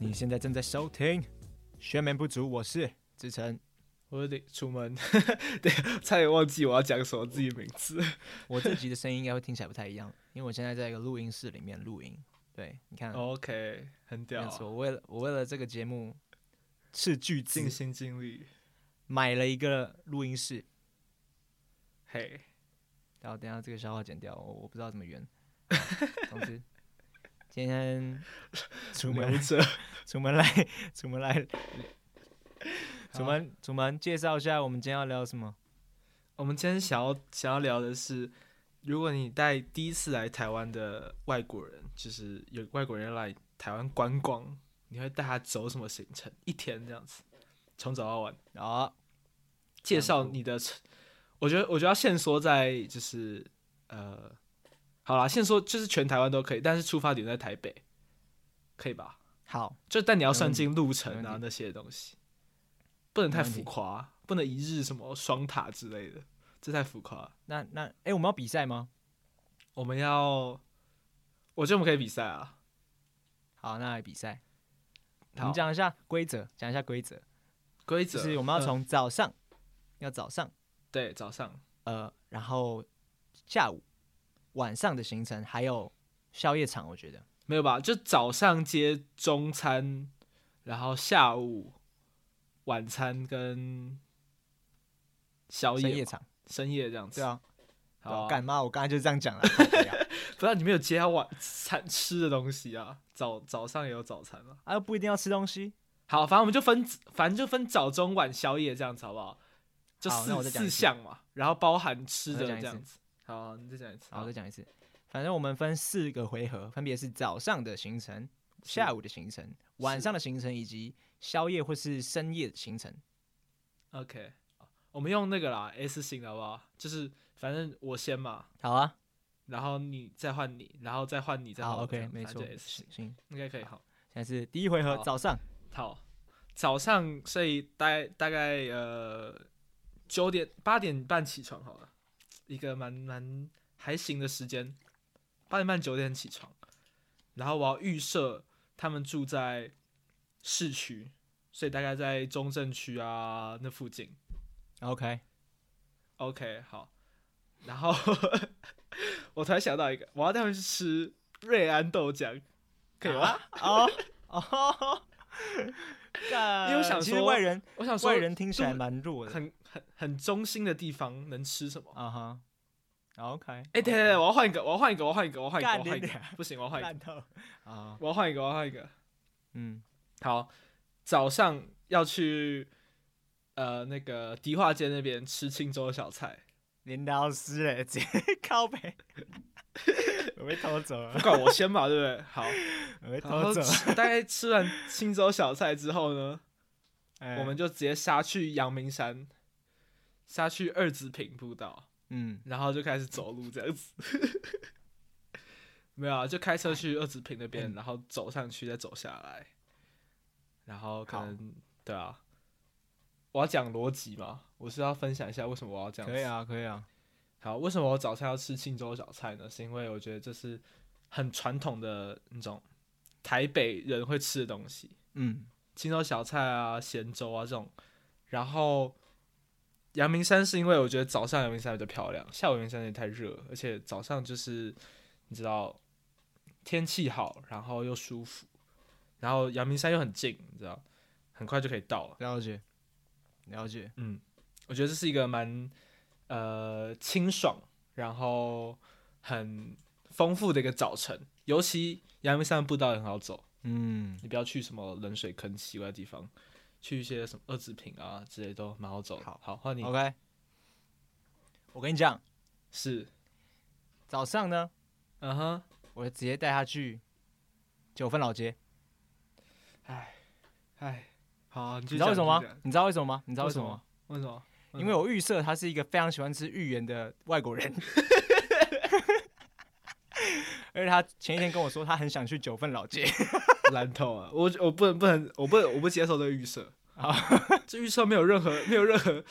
你现在正在收听《睡眠不足》，我是志成。我得出门， 对，差点忘记我要讲什么自己名字。我这集的声音应该会听起来不太一样，因为我现在在一个录音室里面录音。对，你看， OK，很屌嗯没啊，错，我为了我为了这个节目斥巨资尽心尽力。买了一个录音室，嘿，然后等一下这个笑话剪掉，我我不知道怎么 圆。好总之，今天出门留着。 出门来，出门来，出门出门介绍一下我们今天要聊什么？我们今天想要想要聊的是，如果你带第一次来台湾的外国人，就是有外国人来台湾观光，你会带他走什么行程？一天这样子，从早到晚。哦，介绍你的城，我觉得我觉得要限缩在就是呃，好啦，限缩就是全台湾都可以，但是出发点在台北，可以吧？好，就但你要没问算题进路程没问啊题那些东西，不能太没问浮题夸，不能一日什么双塔之类的，这太浮夸。那那哎、诶我们要比赛吗？我们要，我觉得我们可以比赛啊。好，那来比赛。我好们讲一下规则，讲一下规则，规就则是我们要呃从早上，要早上，对早上呃，然后下午、晚上的行程，还有宵夜场，我觉得没有吧？就早上接中餐，然后下午晚餐跟宵深夜夜吧场，深夜这样子。对啊，对好啊啊，干妈，我刚才就这样讲 了，靠北啊不知道你没有接到晚餐吃的东西啊？早早上也有早餐啊。啊，又不一定要吃东西，好，反正我们就分，反正就分早中晚宵夜这样子好不好？就好那我四再讲一四次项嘛，然后包含吃我的再讲一这样次子。好，你再讲一次。好，我再讲一次。反正我们分四个回合，分别是早上的行程、是下午的行程、晚上的行程以及宵夜或是深夜的行程。 OK，我们用那个啦，S 型的好不好？就是反正我先嘛，好啊，然后你再换你，然后再换你，再换好我这，OK，样没反错正就，S 行型，行，应该可以好。现在是第一回合好早上，好，早上所以大大概呃九点八点半起床好了，一个蛮蛮还行的时间，八点半九点起床，然后我要预设他们住在市区，所以大概在中正区啊那附近。 OK， OK，好。然后我突然想到一个，我要带他们去吃瑞安豆浆，可以吗？哦哦， 干因为我想其实说外人我想说外，人听起来都蛮弱的很很很中心的地方能吃什么？啊哈。OK，啊哎、等等等，我要换一个，我要换一个，我要换一个，我要换一个，我干要换一你个俩，不行，我要换一个，烂透啊，我要换一个，我要换一个。嗯，好，早上要去呃那个迪化街那边吃青州小菜，林老师哎，直接 靠背，我被偷走不了，管我先吧，对不对？ 好，我被然后偷走了。 吃大概吃完青州小菜之后呢，哎我们就直接杀去阳明山，杀去二子坪步道。嗯，然后就开始走路这样子。 没有啊，就开车去二子坪那嗯边，然后走上去，再走下来，然后可能对啊。我要讲逻辑嘛，我是要分享一下为什么我要这样子。可以。啊，可以啊。好，为什么我早上要吃庆州小菜呢？是因为我觉得这是很传统的那种台北人会吃的东西。嗯，青州小菜啊、咸粥啊这种。然后阳明山是因为我觉得早上阳明山比较漂亮，下午阳明山有点太热，而且早上就是你知道天气好，然后又舒服，然后阳明山又很近，你知道，很快就可以到了。了解，了解。嗯，我觉得这是一个蛮呃清爽，然后很丰富的一个早晨，尤其阳明山的步道也很好走。嗯，你不要去什么冷水坑奇怪的地方，去一些什么二制品啊之类都蛮好走的。好好，换你 OK。我跟你讲，是，早上呢，嗯哼，我就直接带他去九份老街。哎，哎，好，你你知知道为什么吗？你知道为什么吗？你你知道为什么么吗？？为什么？为什么因为我预设他是一个非常喜欢吃芋圆的外国人， 而且他前一天跟我说他很想去九份老街。 烂透啊！我我不能不能，我不能我不接受这个 预设啊！这预设没有任何没有任何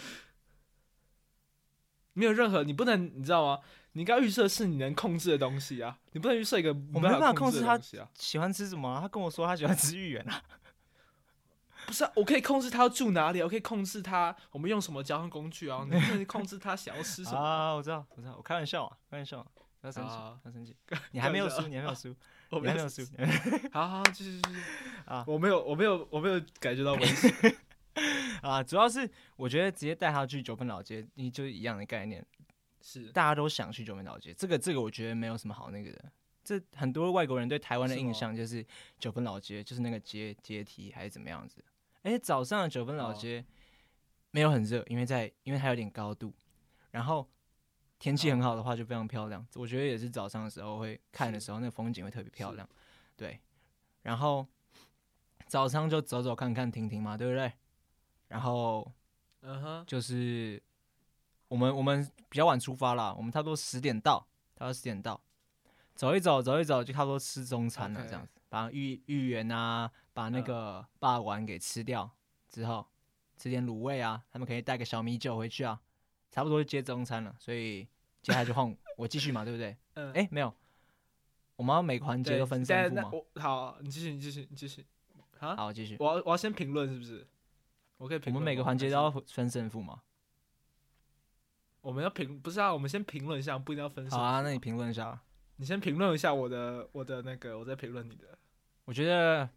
没有任何，你不能你知道吗？你应该预设是你能控制的东西啊，你不能预设一个我我没办法控制制的它东西啊。喜欢吃什么啊、他跟我说他喜欢吃芋圆啊，不是啊，我可以控制他要住哪里啊，我可以控制他我们用什么交通工具啊，你不能控制他想要吃 什么。啊，我知道，我知道，我开玩笑啊，开玩笑啊，不要生气，啊不要生 气，你还没有开玩笑啊输，你还没有输， 我你没还没有有，输， 好好，继续继续啊我没有，我没有，我没有感觉 到危险。啊，主要是我觉得直接带他去九份老街，你就是一样的概念，是大家都想去九份老街，这个这个我觉得没有什么好那个的。这很多外国人对台湾的是印吗象就是九份老街，就是那个阶阶梯还是怎么样子。而且早上的九份老哦街没有很热，因为在因为它有点高度，然后天气很好的话就非常漂亮。我觉得也是早上的时候会看的哦是时候，那个风景会特别漂是亮。对，然后早上就走走看看停停嘛，对不对？然后嗯哼，就是我们我们比较晚出发啦，我们差不多十点到，差不多十点到，走一走走一走，就差不多吃中餐了 OK 这样子，把芋芋圆啊，把那嗯个霸丸给吃掉之后，吃点卤味啊，他们可以带个小米酒回去啊，差不多就接中餐了，所以接下来就换我继续嘛，对不对？ 嗯，哎、没有，我们要每个环节对，都分但三步那嘛。我好，你继续，你继续，你继续。啊，好，我继续。我要我要先评论是不是？我可以我评论吗。们每个环节还都是要分胜负嘛？我们要评不是啊，我们先评论一下，不一定要分手。好啊，那你评论一下。你先评论一下我的我的那个，我再评论你的。我觉得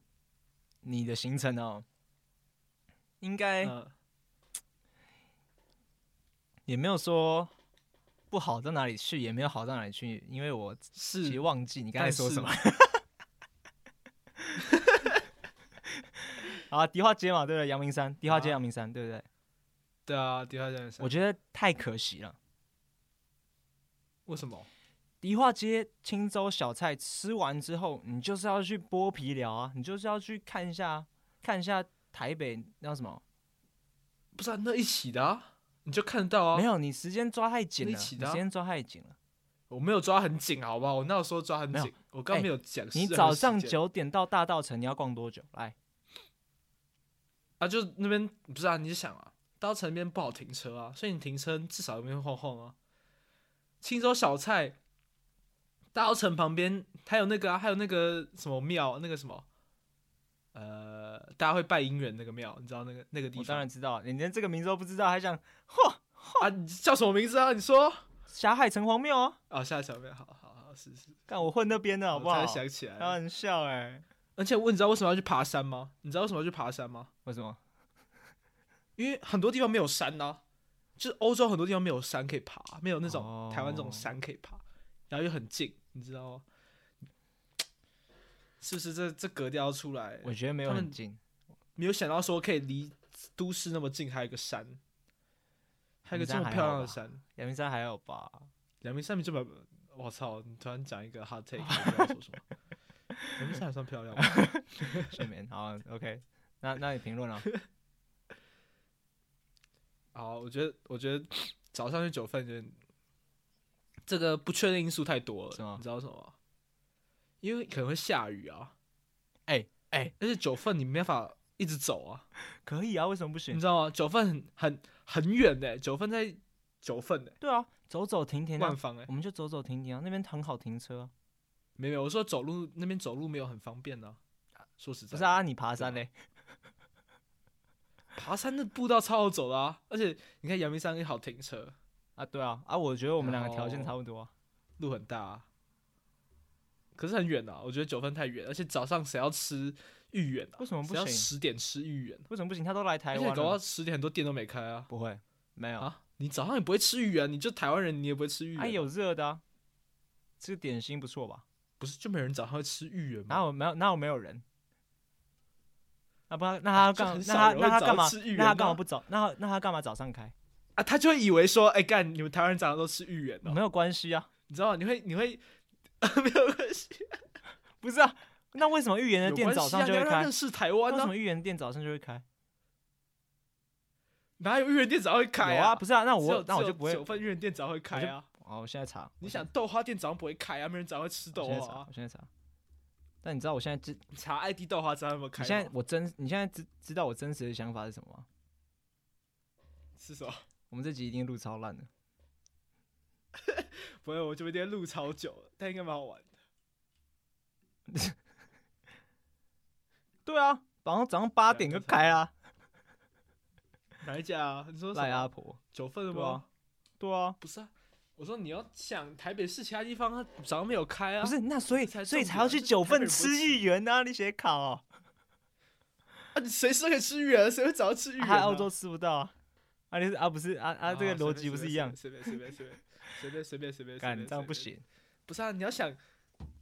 你的行程哦，应该嗯，也没有说不好到哪里去，也没有好到哪里去，因为我其实是忘记你刚才但说是 什么。啊，迪化街嘛，对不对？阳明山，迪化街、啊阳明山，对不对？ 对啊，迪化街人生我觉得太可惜了。为什么？迪化街青州小菜吃完之后，你就是要去剥皮寮啊，你就是要去看一下看一下台北那什么？不是啊，那一起的啊，你就看得到啊。没有，你时间抓太紧了，那一你起时的啊间抓太紧了。我没有抓很紧，好不好？我那时候抓很没有紧，我刚哎没有讲适合时你间。早上九点到大道城，你要逛多久？来，啊，就那边不是啊？你想啊，到城那边不好停车啊，所以你停车至少那边晃晃啊。青州小菜，大稻城旁边还有那个啊，还有那个什么庙，那个什么，呃，大家会拜姻缘那个庙，你知道那个那个地我哦当方然知道，你连这个名字都不知道，还想啊？你叫什么名字啊？你说霞海城隍庙哦？啊，下一条庙，好好好，是是，干我混那边的好不我好才？想起来开了。玩笑哎，而且我你知道为什么要去爬山吗？你知道为什么要去爬山吗？为什么？因为很多地方没有山呐、就是欧洲很多地方没有山可以爬，没有那种哦台湾这种山可以爬，然后又很近，你知道吗？是不是这这格调出来？我觉得没有他们很近，没有想到说可以离都市那么近，还有一个山，还有一个这么漂亮的山，阳明山还有吧？阳明山比这么……我操！你突然讲一个 hard take，我不知道说什么？ 阳明山还算漂亮吗？睡 眠好，OK。那那你评论哦了，好，我觉得，我觉得 早上去九份有点，这个不确定因素太多是吗了，你知道为什么吗？因为可能会下雨啊，哎哎，而且九份你没办法一直走啊，可以啊，为什么不你行？知道吗？九份很很很远的、九份在九份的、对啊，走走停停啊万，方哎、我们就走走停停啊，那边很好停车啊。没有，我说走路那边走路没有很方便呢、说实在，不是，啊，你爬山嘞？爬山的步道超好走的啊，而且你看阳明山也好停车，啊，对啊，啊，我觉得我们两个条件然差不多啊。路很大、啊，可是很远啊，我觉得九份太远，而且早上谁要吃芋圆啊？为什么不谁要行？十点吃芋圆？为什么不行？他都来台而且湾啊搞到了，十点很多店都没开啊不会，没有。哎啊！你早上也不会吃芋圆，你就台湾人，你也不会吃芋圆。啊，有热的、啊，这个点心不错吧？不是就没有人早上会吃芋圆哪吗？有没有哪有没有人？那不然那他就干啊很那少他人那会他早干嘛吃芋？那他圆干嘛啊不早？那他那他干嘛早上开？啊，他就会以为说，哎、干，你们台湾人早上都吃芋圆哦、没有关系啊，你知道吗？你会你会没有关系，不是啊？那为什么芋圆的有店关早系啊，上你就要会让他开？认识台湾啊为什呢、么芋圆店早上就会开？哪有芋圆店早上会开哦有啊，不是啊？那只有我那我只有就不会。九份芋圆店早上会开啊。哦，我现在查。你我现想豆花店早上不会开啊，没人早上会吃在豆我现在花、查，啊我。现在查。但你知道我现在知，你查爱迪豆花早上有没有开你吗？现在我真，你现在知知道我真实的想法是什么吗？是什么？我们这集一定录超烂的。不会，我这边今天录超久了，但应该蛮好玩的。对啊，早上早上八点就开啊，哪一家啊？你说什赖阿么？婆。九份的对吗啊？对啊，不是啊，我说你要想台北市其他地方，它早上没有开 啊。不是那所以这 才所以才重点要啊去这九台北份人不会吃芋圆啊，你写考哦，啊，你随时都可以吃芋圆，谁会早上吃芋圆、啊啊？还澳洲吃不到啊，啊你是啊不是啊啊这个哦逻随便辑不是一样，随便随便随便随便随便随便随便随便，随干便这样不。随便行，不是啊，你要想，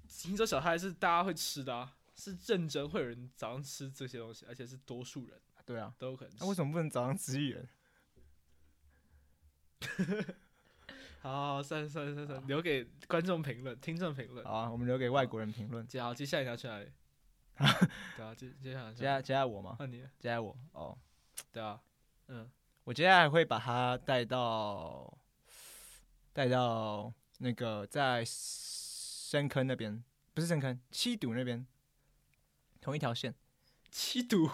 荆州小菜是大家会吃的啊，是认真会有人早上吃这些东西，而且是多数人对啊，都有可能吃。那为什么不能早上吃芋圆？好好，好算了算了算了算了，留给观众评论、听众评论。好啊，我们留给外国人评论。接啊好，接下来你要去 哪里？对啊，接接下来接下来来接下来我吗？换你了，接下来我哦，对啊，嗯，我接下来会把它带到带到那个在深坑那边，不是深坑，七堵那边，同一条线。七堵，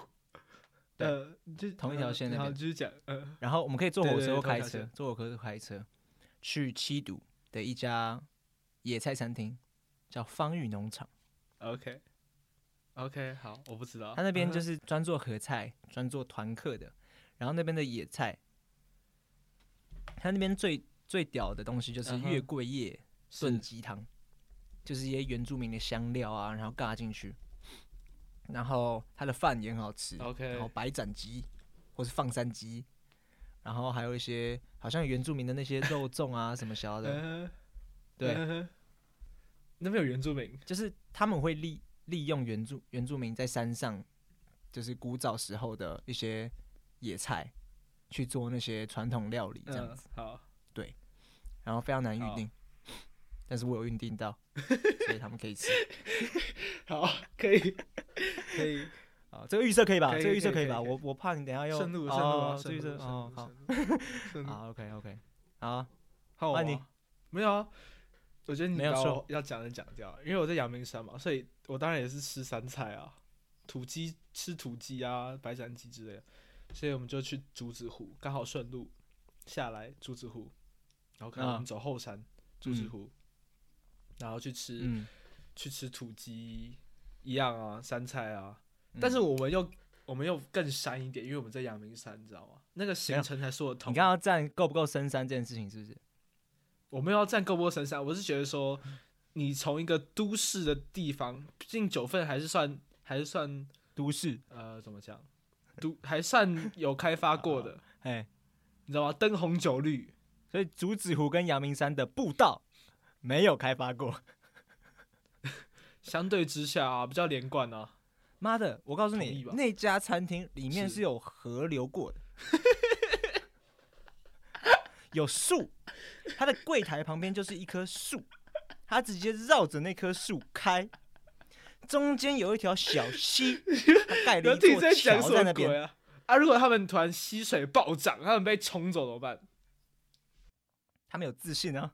对呃，就同一条线那然后边继续讲，呃，然后我们可以坐火对车对对或开同一条车线，坐火车或开车去七堵的一家野菜餐厅，叫方玉农场。 OK。OK，好，嗯我不知道。它那边就是是专做合菜、专做团客的，然后那边的野菜，它那边最最屌的东西就是嗯哼月桂叶炖鸡汤，就是一些原住民的香料啊，然后尬进去，然后它的饭也很好吃 OK 然后白斩鸡或是放山鸡，然后还有一些好像原住民的那些肉粽啊什么小的，嗯，对，嗯，那边有原住民，就是他们会利利用原住原住民在山上，就是古早时候的一些野菜去做那些传统料理这样嗯子，，好，然后非常难预好定，但是我有预定 到，所以他们可以吃。好，可以， 可以，啊，这个预设可以吧？可以这个预设可以以吧？可以可以我我怕你等一下又顺路，顺路啊，哦，这顺预路，设顺哦，路好，顺路，好，OK OK，好，好，那换你啊没有啊？我觉得你没有把错我要讲的讲掉，因为我在阳明山嘛，所以我当然也是吃山菜啊，土鸡吃土鸡啊，白斩鸡之类的，所以我们就去竹子湖，刚好顺路下来竹子湖，然后可能我们嗯走后山竹子嗯湖，然后去吃、嗯，去吃土鸡一样啊，山菜啊，嗯但是我们又我们又更山一点，因为我们在阳明山，你知道吗？那个没行有程才说得通。你刚刚站够不够深山这件事情是不是？我没有要站够波神啊山，我是觉得说，你从一个都市的地方，毕竟九份还是算还是算都市，呃怎么讲，都还算有开发 过的，哎，你知道吗？灯红酒绿，所以竹子湖跟阳明山的步道没有开发过。相对之下啊，比较连贯啊。妈的，我告诉同意你吧，那家餐厅里面是是有河流过 的，有树，它的柜台旁边就是一棵树，它直接绕着那棵树开，中间有一条小溪，它盖了然一后自己座在讲桥什在么那鬼边。啊？啊，如果他们突然溪水暴涨，他们被冲走怎么办？他们有自信 啊，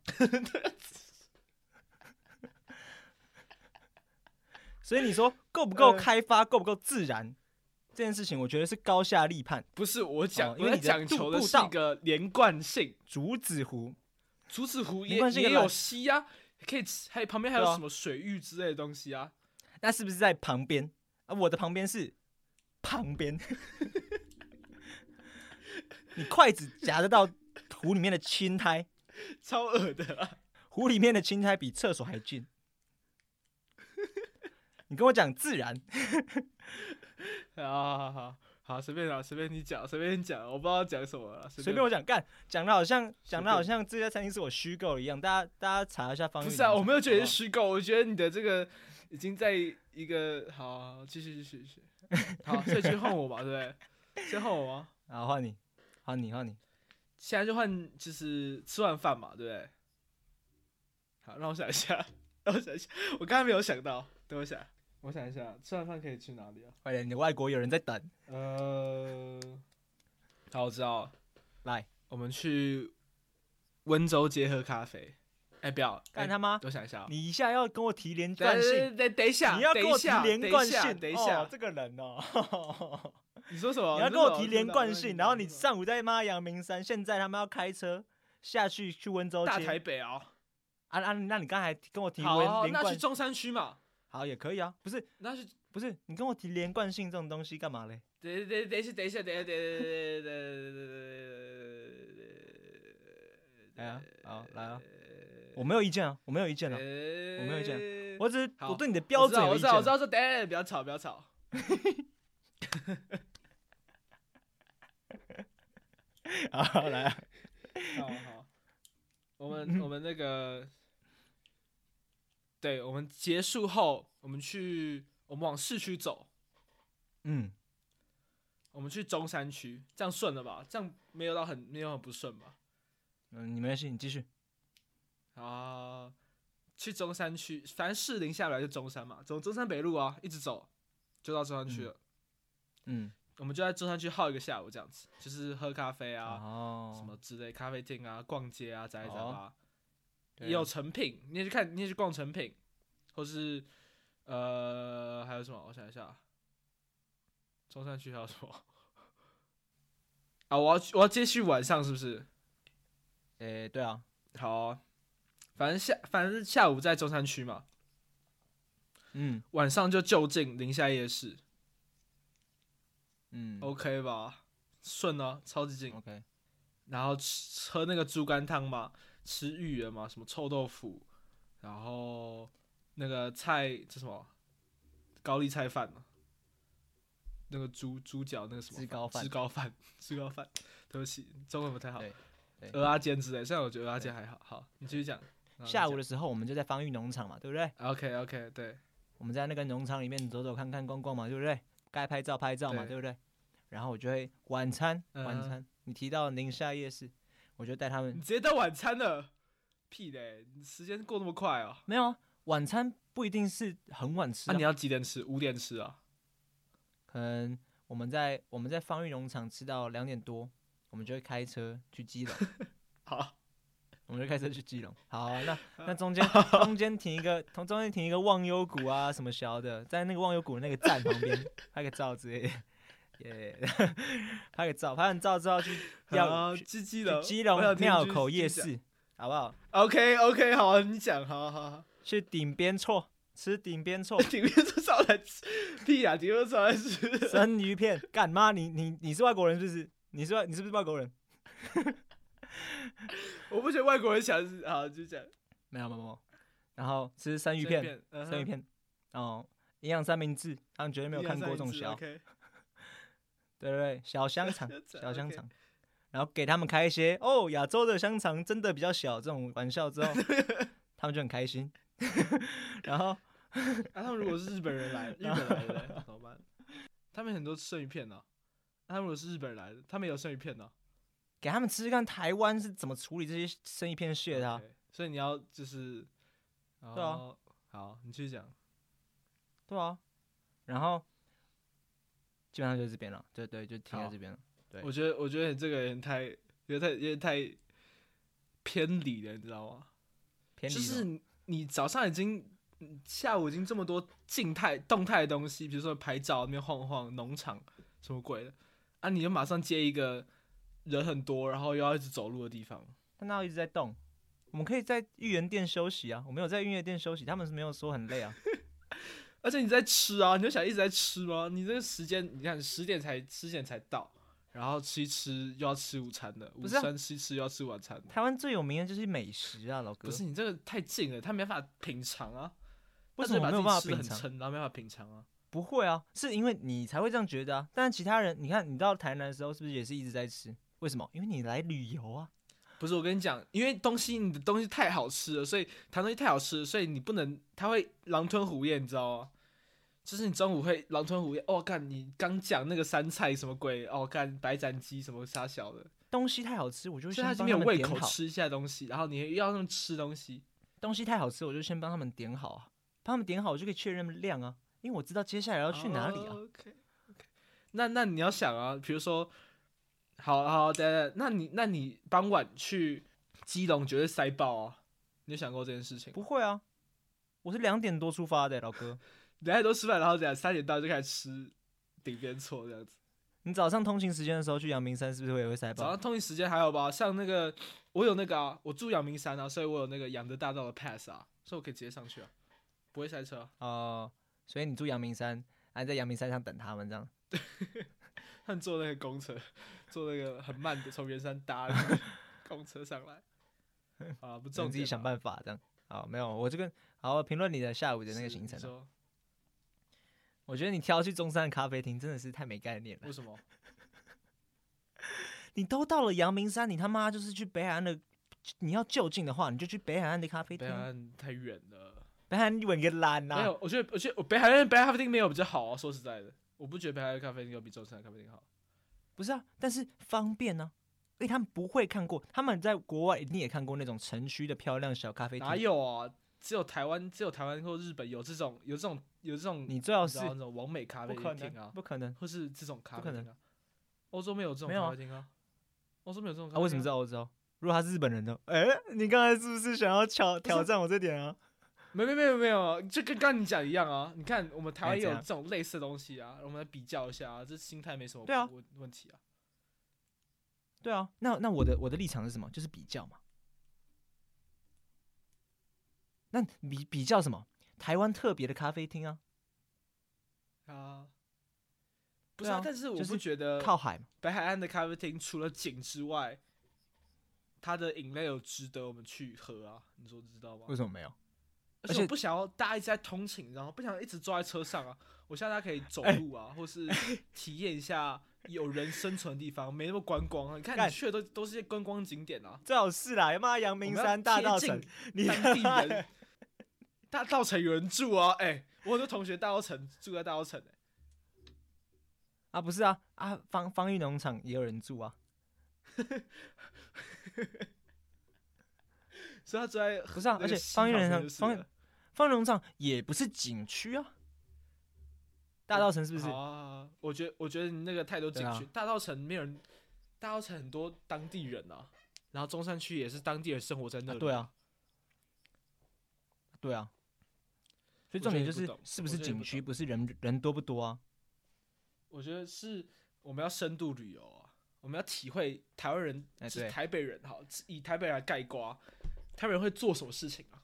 所以你说够不够呃开发，够不够自然，这件事情我觉得是高下立判。不是我讲，哦因我为在你的讲步求的步是道一个连贯性。竹子湖竹子湖连也贯性也的来有溪啊，可以吃还有旁边还有对啊什么水域之类的东西啊。那是不是在旁边？啊，我的旁边是旁边， 你筷子夹得到湖里面的青苔，超恶的、啊。湖里面的青苔比厕所还近。你跟我讲自然， 好好好好，随便啦，随便你讲，随便你讲，我不知道讲什么了，随便便。我讲干，讲的好像讲的随便好像这家餐厅是我虚构一样，大家大家查一下方不韵。是啊，我没有觉好得不是好虚构，我觉得你的这个已经在一个好，好继续继续继续。好，所以就换我吧，对不对？先换我吗？好，换你，换你，换你。现在就换，就是吃完饭嘛，对不对？好，让我想一下，让我想一下，我刚才没有想到，等我想，我想一下，吃完饭可以去哪里啊？快点，你外国有人在等。呃，好，我知道了。来，我们去温州街喝咖啡。哎、不要，干哎他妈我想一下、哦，你一下要跟我提连等贯性，等等等一下，你要等跟一我提下，连等一贯下性，等一下，哦这个人哦。你说什 么？你要说跟我什么提连贯性，然后你说什么上午在妈阳明山，现在他们要开车下去去温州大街台，北啊、啊啊，那你刚才跟我提好连啊，连那去贯，中山区嘛，好也可以啊，不是那去不是，你跟我提连贯性这种东西干嘛嘞？等等等一下，等一下，等一下，等一下，等一下，等来啊，好来啊，我没有意见啊，我没有意见啊，我我没有意见见我只是呃好我对你的标准有我意知道，我知见。道，说等等，不要吵，不要吵。好，来 啊， 好好，我们我们那个，对，我们结束后，我们去，我们往市区走，嗯，我们去中山区，这样顺了吧？这样没有到很没有很不顺吧？嗯，你没关系，你继续。啊，去中山区，反正士林下来就中山嘛，走中山北路啊，一直走就到中山区了。嗯，我们就在中山区耗一个下午，这样子，就是喝咖啡啊，哦，什么之类，咖啡店啊，逛街啊，宅一宅啊，对啊也有成品，你也去看，你也去逛成品，或是呃还有什么？我想一下，中山区还有什么？啊，我要去我要接续晚上是不是？诶，对啊，好啊、反正下反正下午在中山区嘛，嗯晚上就就近宁夏夜市、嗯 o k 吧？顺啊，超级近。 ，OK，然后吃喝那个猪肝汤嘛，吃芋圆嘛，什么臭豆腐，然后那个菜这什么高丽菜饭嘛，那个猪猪脚那个什么自高饭饭，高饭， 猪高饭，对不起，中文不太好对对。鹅阿煎之类，虽然我觉得鹅阿煎还好，好，你继续讲。下午的的时候我们就在方玉农场嘛，对不对？ OK OK 对，我们在那个农场里面走走看看逛逛嘛，对不对？该拍照拍照嘛，对对不对？然后我就会晚餐，嗯晚餐，你提到宁夏夜市，我就带他你们。直接到晚餐了，屁嘞，你时间过那么快哦。没有啊，晚餐不一定是很晚吃那、啊、你要几点吃？五点吃啊？可能我们在我们在方玉农场吃到两点多，我们就会开车去基隆，好，我们就开车去 基隆。好啊、那那中 间中间停一个，从中间停一个忘忧谷啊什么小的，在那个忘忧谷那个站旁边拍个照之类 的，耶、 拍个照，拍完照之后去要好去鸡鸡去了，基我想隆听庙鸡口鸡夜讲市，好不好？ OK OK，好，你讲，好好好。去顶边错 吃顶边错顶面是上来吃，屁啊，顶面上来吃。生鱼片，干妈，你你你是外国人是不是？你是外你是不是外国人？我不觉得外国人想是好，就这样。没有没有没有。然后吃生鱼片，生嗯生鱼片，嗯哦，营养三明治，他们绝对没有看过这种小小， OK，对对对，小香 肠小，小肠香 OK 肠，然后给他们开一些哦，亚洲的香肠真的比较小这种玩笑之 后，他们就很开心。 然后啊，他们如果是日本人 来，日本来的嘞怎么办？他们很多生鱼片呢、那他们如果是日本人来的，他们有生鱼片呢、给他们吃吃看台湾是怎么处理这些生鱼片蟹的啊、 OK，所以你要就是，对啊，好，你继续讲。对啊。然后基本上就是这边了，对对，就停在好这边了。对我觉得，我觉得你这个人太，有点太，有点太偏离了，你知道吗？偏离就了是你你早上已经，嗯下午已经这么多静态、动态的东西，比如说拍照、那边晃晃、农场什么鬼的，啊，你就马上接一个人很多，然后又要一直走路的地方。但它一直在动。我们可以在芋圆店休息啊，我没有在芋圆店休息，他们是没有说很累啊。 而且你在吃啊，你就想一直在吃吗？你这个时间，你看十点才十点才到，然后吃一吃又要吃午餐的，午不是啊餐吃一吃又要吃晚餐的，台湾最有名的就是美食啊，老哥。不是你这个太近了，他没办法品尝啊。为什么他没只有会办法把自己吃得品很尝？撑，然后没办法品尝啊？不会啊，是因为你才会这样觉得啊。但是其他人，你看你到台南的时候，是不是也是一直在吃？为什么？因为你来旅游啊。不是，我跟你讲，因为东西你的东西太好吃了，所以糖东西太好吃了，所以你不能，它会狼吞虎咽，你知道吗？就是你中午会狼吞虎咽，哦，干你刚讲那个山菜什么鬼，哦，干白斩鸡什么啥小的，东西太好吃，我就所以先帮他已经没有们胃点口好。吃一下东西，然后你又要那么吃东西，东西太好吃，我就先帮他们点好啊。帮他们点好，我就可以确认量啊，因为我知道接下来要去哪里啊。 o k OK，那 那你要想啊，比如说，好好等等，那你那你傍晚去基隆绝对塞爆啊，你有想过这件事情吗？不会啊，我是两点多出发的、老哥。两点多吃饭，然后等下三点到就开始吃顶边错这样子。你早上通勤时间的时候去阳明山，是不是会也会塞早爆上？通勤时间还有吧？像那个我有那个啊，我住阳明山啊，所以我有那个养德大道的 pass 啊，所以我可以直接上去啊，不会塞车啊、哦、所以你住阳明山，还、你在阳明山上等他们这样。他们坐那个公车，坐那个很慢的从圆山搭那 个公车上来。啊，不重总点自己想啊办法这样。好，没有，我就跟好评论你的下午的那个是行你程啊、说我觉得你挑去中山的咖啡厅真的是太没概念了为。什么？你都到了阳明山，你他妈就是去北海岸的，你要就近的话，你就去北海岸的咖啡厅北啊。海岸太远了。北海岸稳个懒呐、没有，我觉得，我觉得我北海岸北海岸咖啡厅没有比较好啊。说实在的，我不觉得北海岸咖啡厅有比中山的咖啡厅好。不是啊，但是方便呢、啊，因为他们不会看过，他们在国外一定也看过那种城区的漂亮小咖啡哪厅。有啊？只有台湾，只有台湾或日本有这种有这种有这种，你最好知是道那种完美咖不啡可厅啊能，，不可能或是这种咖不啡可能厅啊。欧洲没有这种没有咖啊啡厅啊，欧洲没有这种咖啡啊！厅。为什么知？道？我知道，如果他是日本人的，哎、你刚才是不是想要挑挑战我这点啊？没没没有没有，就跟刚刚你讲一样啊。你看我们台湾哎也有怎这样种类似的东西啊，我们来比较一下啊，这心态没什么对啊问问题啊。对啊，那那我的我的立场是什么？就是比较嘛。那比比较什么？台湾特别的咖啡厅啊，啊，不是啊，对啊但是我就不是觉得靠海嘛。北海岸的咖啡厅除了景之外，它的饮料有值得我们去喝啊，你说知道吗？为什么没有？而而且我且不想要大家一直在通勤，然后不想一直坐在车上啊。我希望大家可以哎走路啊，或是体验一下有人生存的地方，没那么观光啊。你看干你去的都都是些观光景点啊，最好是啦，妈阳我明们要山大贴道近城，你哎当地妈人，大稻城有人住啊。哎、我很多同学大稻城住在大稻城、欸， 啊，不是啊啊，方方玉农场也有人住啊，所以他住在不是啊那个而且西方旁圆边人就是啊方了方玉农场也不是景区啊，大道城是不是？啊，我觉得我觉得你那个太多景对啊区，大稻城没有人，大稻城很多当地人啊，然后中山区也是当地人生活在那啊里、对啊，对啊，所以我重觉点就得也不是懂是我不是觉得也景不区，不是人人多不多啊？我觉得是我们要深度旅游啊，我们要体会台湾人，哎是对台北人哈，以台北人来概括，台北人会做什么事情啊？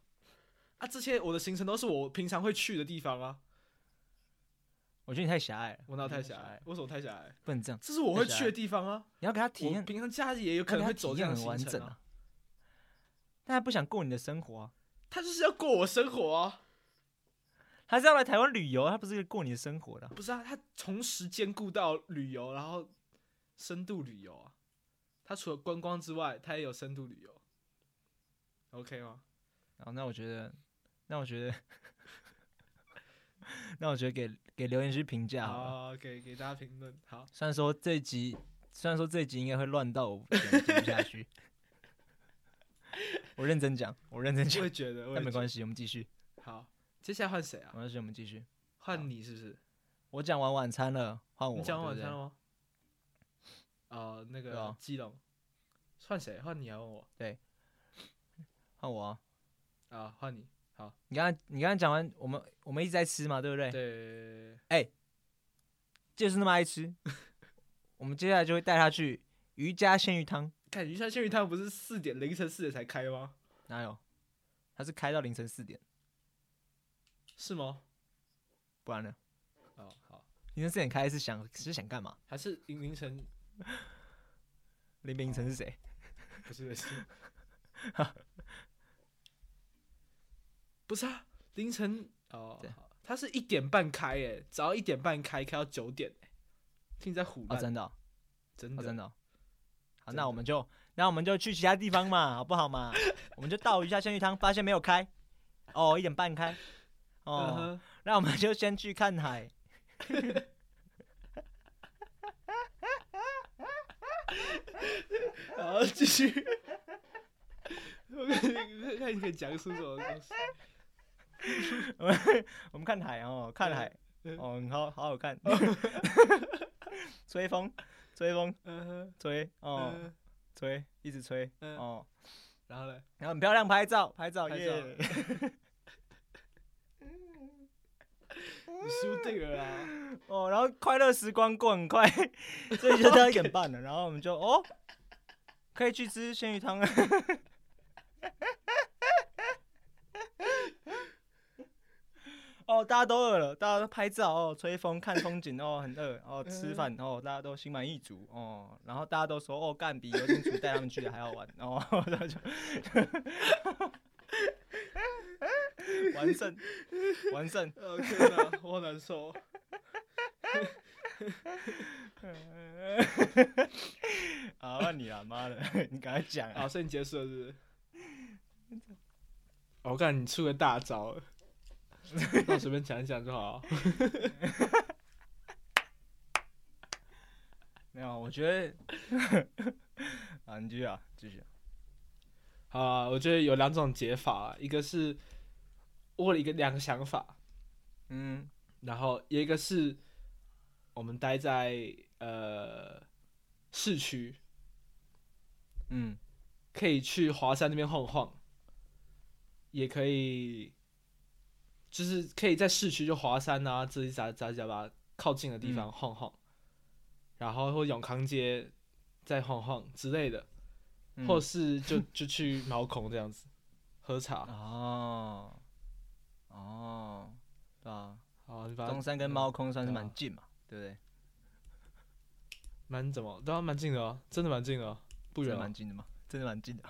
啊，这些我的行程都是我平常会去的地方啊，我觉得你嗯太狭隘了，我哪有觉太得狭隘？为什么太狭隘？不能这样，这是我会太狭去隘的地方啊，你要给他体我验，平常假日也有要可给能他会走体这验样的很行完程啊整。。啊但他不想过你的生活啊，他就是要过我生活啊。他是要来台湾旅游，他不是过你的生活的啊、不是啊，他同时兼顾到旅游，然后深度旅游啊。他除了观光之外，他也有深度旅游。OK 吗？然后哦那我觉得，那我觉得， 那我觉得给给留言区评价好了。好，哦给给大家评 论。好，虽然说这一集，虽然说这一集应该会乱到我讲不下去， 我认真讲，我认真我讲，也觉得，我也但没关系。系，我们继续，好，接下来换谁啊没？关系，我们继续。换你是不是？我讲完晚餐了，换我你嘛。讲完晚对不餐对了吗？哦，那对个啊基隆，换谁？换你还问我？换我啊！啊，换你。好，你刚才你刚才讲完，我们我们一直在吃嘛，对不对？对，就是那么爱 吃。我们接下来就会带他去渔家鲜鱼汤，看鱼香鲜鱼汤不是四点凌晨四点才开吗？哪有？他是开到凌晨四点，是吗？不然呢？哦，好，凌晨四点开是想是想干嘛？还是凌凌晨林明成是谁？不是 不是，不是啊，凌晨哦对，好它是一点半开诶，只要一点半开，开到九点诶，听你在胡哦，乱，真的哦、真哦，的真的哦、好，真的那我们就那我们就去其他地方嘛，好不好嘛？我们就到一下鲜鱼汤，发现没有开，哦，一点半开，嗯哦，哼那我们就先去看海。好，继续。我看你看你可以讲出什么东西？我们 我们看海哦，看海嗯哦，很好好好看， 吹风，吹风，嗯哼，吹哦，嗯吹，一直吹嗯哦，然后嘞，然后很漂亮，拍照，拍照拍耶照。你输定了啊！ 哦，然后快乐时光过很快，所以就到一点 半了，然后我们就哦，可以去吃鲜鱼汤了。 哦，大家都饿了，大家都拍照哦，吹风看风景哦，很饿哦，吃饭哦，大家都心满意足哦，然后大家都说哦，干比游泳池带他们去的还好玩哦，然后就 完胜，完胜。 呃，天哪，我好难受。啊，那你啊，妈的，你赶快讲好，啊！所以你结束了是不是？ 哦我看你出个大招了，那我随便讲一讲就好。没有，我觉得， 啊，你继续啊，继续。好啊，我觉得有两种解法、啊，一个是我有一个两个想法，嗯，然后有一个是我们待在呃市区，嗯，可以去华山那边晃晃，也可以，就是可以在市区就华山啊，这些杂杂七杂八靠近的地方晃晃，然后或永康街再晃晃之类的，嗯或是 就就去毛孔这样子喝嗯茶。哦，哦，对啊，哦好，你把它中山跟猫空算是对蛮啊近嘛，对不对？蛮怎么？对啊，蛮近的哦，真的蛮近的哦，不真远的哦蛮，近的嘛，真的蛮近的。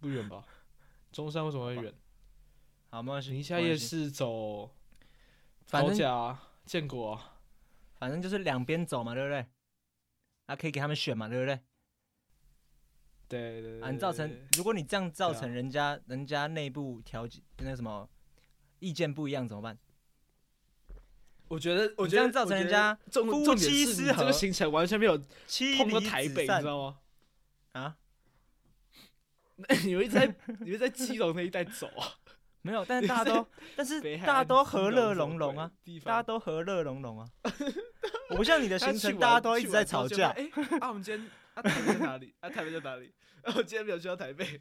不远吧？中山为什么会 远？好，没关系。宁夏没关夜系，市走反高正架啊、建国啊，反正就是两边走嘛，对不对？啊，可以给他们选嘛，对不对？对对对啊，你造对对成对，如果你这样造对啊成人家、人家内部调节那个什么意见不一样怎么办？我觉得，我你这觉得样造成人家重夫重点妻是你失这个和行程完全没有妻碰过离台子北，你散知道吗？啊？ 你们一直在你们在基隆那一带走 啊，没有，但是大家都，但是北海大家岸都基和隆乐什么融融啊鬼，地方，大家都和乐融融 啊。我不像你的他行去程，完大家都一直在去吵完之后架就。哎、啊，我们今天啊，台北在哪里？ 啊，台北在哪里？啊，我今天没有去到台北。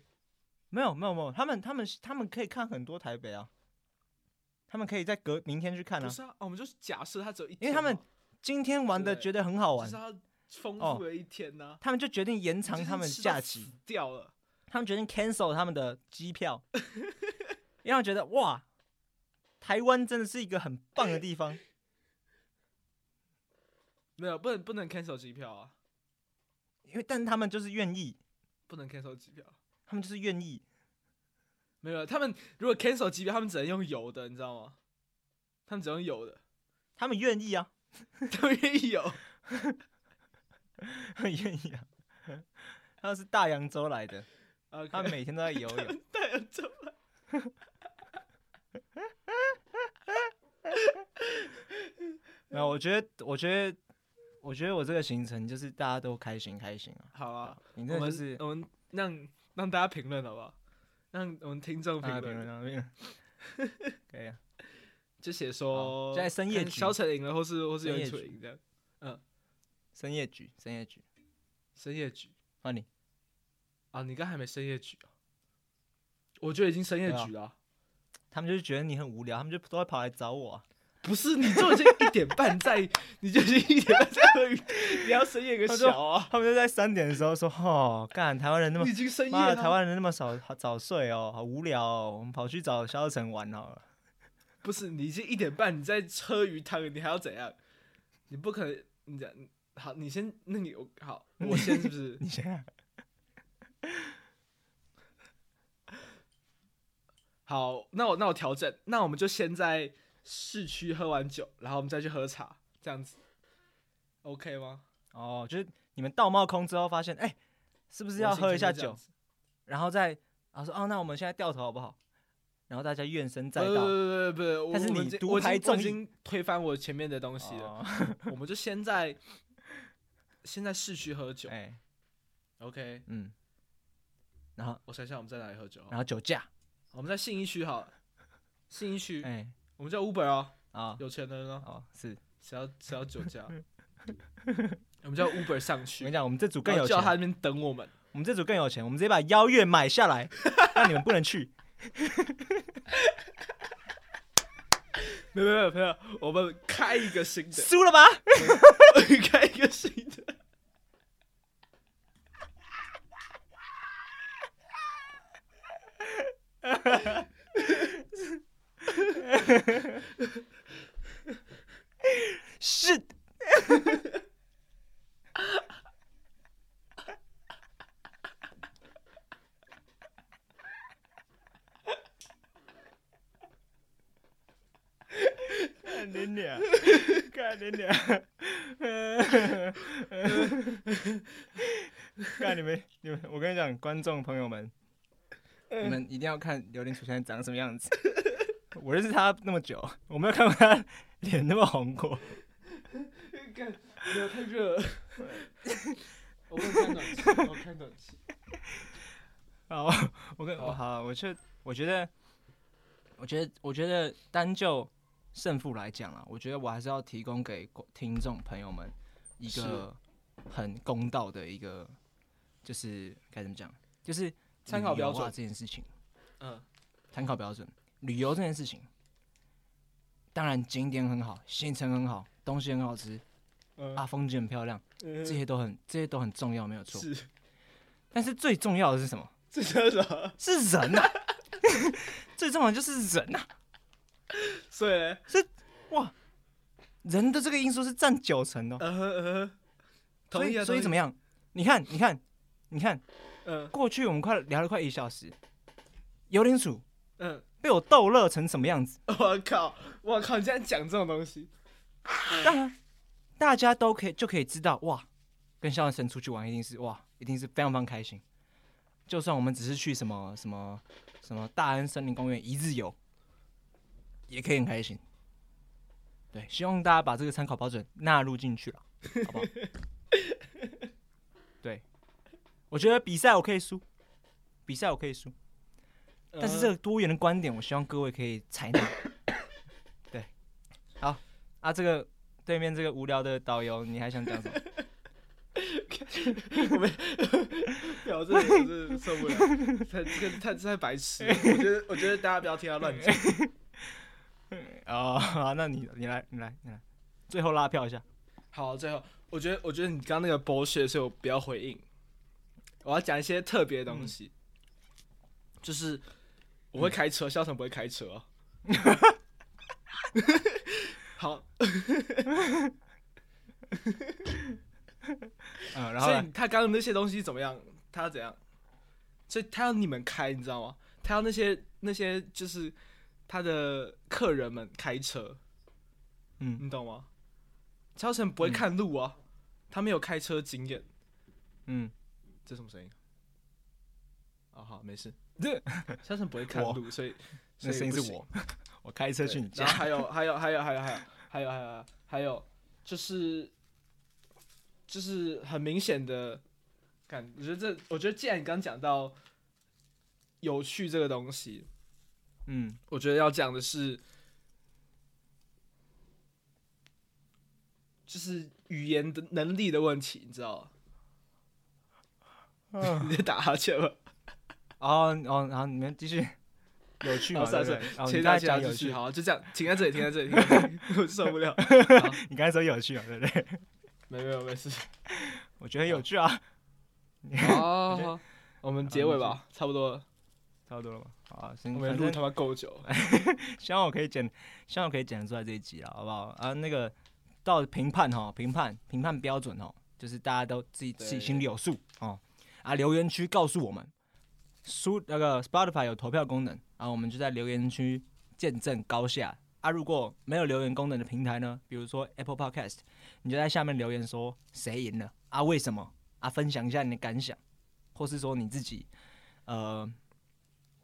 没有没有没有，他们他们他们可以看很多台北啊，他们可以在隔明天去看 不啊。是啊，啊我们就是假设他只有一因天嘛，为他们今天玩的对觉得很好就玩是，他丰哦富了一天呐、他们就决定延就长是他们吃到假期死，掉了。他们决定 cancel 他们的机 票，因为他们觉得哇，台湾真的是一个很棒的地 方。没有，不能不能 cancel 机票啊，因为但他们就是愿意，不能 cancel 机票。他们就是愿意。没有，他们如果 cancel 机票，他们只能用有的，你知道吗？他们只能用有的， 他们愿意啊， 他们愿意有。很愿意啊。 他们是大洋洲来的， OK，他们每天都在游泳。太阳出来。没有，我觉得，我觉得，我觉得我这个行程就是大家都开心开心啊。好啊，你我这们就是我们让让大家评论好不好？让我们听众啊，评评论论，啊，评论，可以啊。就写说好现在深夜看局萧晨赢了，或是或是深有夜楚局赢这样。深夜局，深夜局，深夜局换你。啊，你刚还没深夜局啊？我觉得已经深夜对啊局了啊，他们就是觉得你很无聊，他们就都会跑来找我、啊。不是？你就已经一点半在， 你就已经一点半在喝鱼，你要深夜个他说小啊？他们就在三点的时候说：“哦，干，台湾人那么你已经深夜妈了的，啊，台湾人那么少好早睡哦，好无聊哦，我们跑去找萧晨玩好了。？不是，你已经一点半，你在喝鱼汤，你还要怎样？你不可能，你讲好，你先，那你我好，我先是不是你先、啊，好，那我那我调整，那我们就先在市区喝完酒，然后我们再去喝茶，这样子，OK 吗？哦，就是你们到猫空之后发现，哎、是不就是要喝一下酒，，然后再啊说哦，那我们现在掉头好不好？然后大家怨声载不不道。不不不，我但是我你已经独我已经排我众已议经推翻我前面的东西了，哦， 我们就先在先在市区喝酒哎、 ，OK？嗯，然后我想想我们在哪里喝酒好了？然后酒驾，我们在信义区好了，信义区，哎、我们叫 Uber 啊。啊、有钱的人哦啊，是谁要谁要酒 驾？我们叫 Uber 上我跟你去，讲，我们这组更然后有叫钱，他那边等我们。我们这组更有钱，我们直接把邀月买下 来，让你们不能去。没有没有没有，我们开一个新的，输了吧？开一个新的。是，干你娘！干你娘！干你们！你们！我跟你讲，观众朋友们，你们一定要看榴莲楚现在长什么样子。我认识他那么久，我没有看过他脸那么红过。干，不要太热了。 我们开暖气，我开暖气。好，我跟好我哦好，我就我觉得，我觉得，我觉得单就胜负来讲啊，我觉得我还是要提供给观听众朋友们一是个很公道的一个，就是该怎么讲，就是参考旅游标准啊这件事情，嗯，参考标准，旅游这件事情，当然景点很好，行程很好，东西很好吃嗯啊，风景很漂亮，这些都很这些都很重要，没有错。是，但是最重要的是什么？这啊叫啥？是人呐、 最重要的就是人呐、所以嘞，人的这个因素是占九成的哦、嗯哼嗯哼，所同意以啊，所以同怎么意？样？你看，你看，你看，嗯过去我们快聊了快一小时，游灵鼠嗯，被我逗乐成什么样子？我靠，我靠，你竟然讲这种东西，当然，大家都可以就可以知道，哇，跟肖恩神出去玩一定是哇，一定是非常非常开心。就算我们只是去什么什么什么大安森林公园一日游，也可以很开心。对，希望大家把这个参考标准纳入进去了，好不好？对，我觉得比赛我可以输，比赛我可以输，呃但是这个多元的观点，我希望各位可以采 纳。对，好啊，这个对面这个无聊的导游，你还想讲 什么？嗯我真的我真的受不了，太这个太太白痴了，我觉得我觉得大家不要听他乱讲。哦，好那你你来你来你来，最后拉票一下。好，最后我觉得我觉得你刚刚那个剥削，所以我不要回应，我要讲一些特别的东西，就是我会开车，肖腾不会开车哦。 好，嗯，然后所呢以他刚刚那些东西怎么样？他怎样？所以他要你们开，你知道吗？他要那些那些就是他的客人们开车，嗯你懂吗？肖腾不会看路啊，他没有开车经验。嗯，这什么声音？啊、好，没 事。这肖晨不会看我路，所以那所以声音不是行我，我开车对去你家然后。还有还有还有还有还有还有还有还有就是就是很明显的感，我觉得这我觉得既然你刚讲到有趣这个东西，嗯我觉得要讲的是就是语言的能力的问题，你知道吗？嗯， 你在打哈欠吗？哦哦，然后你们继续有趣嘛？好，对算不了对哦，切你到刚才其他讲继有续，趣，好，就这样，停在这里，停在这里，停在这里 我 受不了。你刚才说有趣嘛？对不对？没有没有没事。我觉得有趣啊，好我觉得好，我们结尾吧，差不多了。差不多了吧？好啊，我行们反录正他妈够久， 希望我可以剪，希望我可以剪得出来这一集了，好不好？啊，那个到评判哈，评判评判标准哦，就是大家都自己对自己心里有数哦。啊，留言区告诉我们，书那个 Spotify 有投票功能啊，我们就在留言区见证高下。啊，如果没有留言功能的平台呢，比如说 Apple Podcast，你就在下面留言说谁赢了啊，为什么啊，分享一下你的感想，或是说你自己呃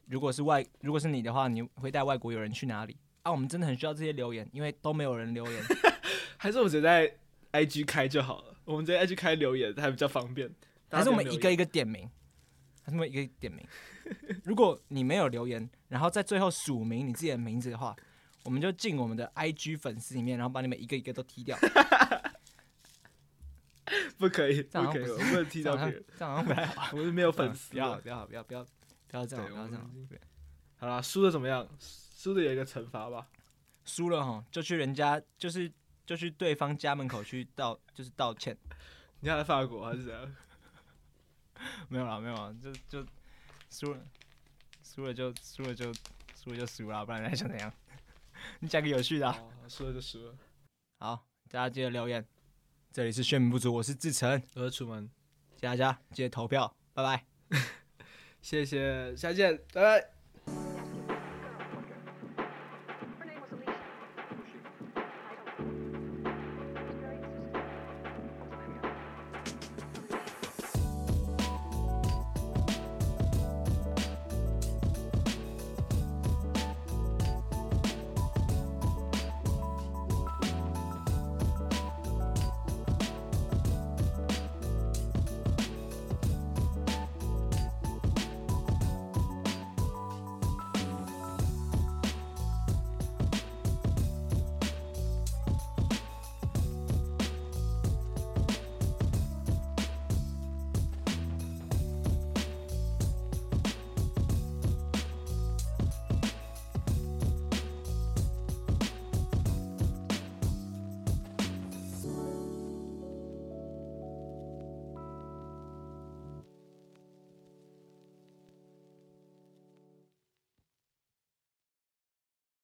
如果是外，如果是你的话，你会带外国友人去哪里？啊，我们真的很需要这些留言，因为都没有人留 言。还是我们直接在 IG 开就好了，我们直接 IG 开留言还比较方便。还是我们一个一个，个点名，还是我们一个一个点名。如果你没有留言，然后在最后署名你自己的名字的话，我们就进我们的 IG 粉丝里面，然后把你们一个一个都踢掉。不可 以，这不样好可像以，不我不能 踢这到样好像别人，这样好像不太好。我们没有 粉丝不要了。不要不要不要不要不要这样，对不要这样我。们好啦，输的怎么样？输的有一个惩罚吧，输了哈，就去人家就是就去对方家门口去道就是道歉，你家在法国还是怎样？没有啦没有啦，就就输了输了就输了就输了就输啦，不然你还想怎样？ 你讲个有趣的、啊，哦，输了就输了。好，大家记得留言。这里是宣明不足，我是志成，我是楚门，谢谢大家，记得投票，拜拜。谢谢，下见，拜拜。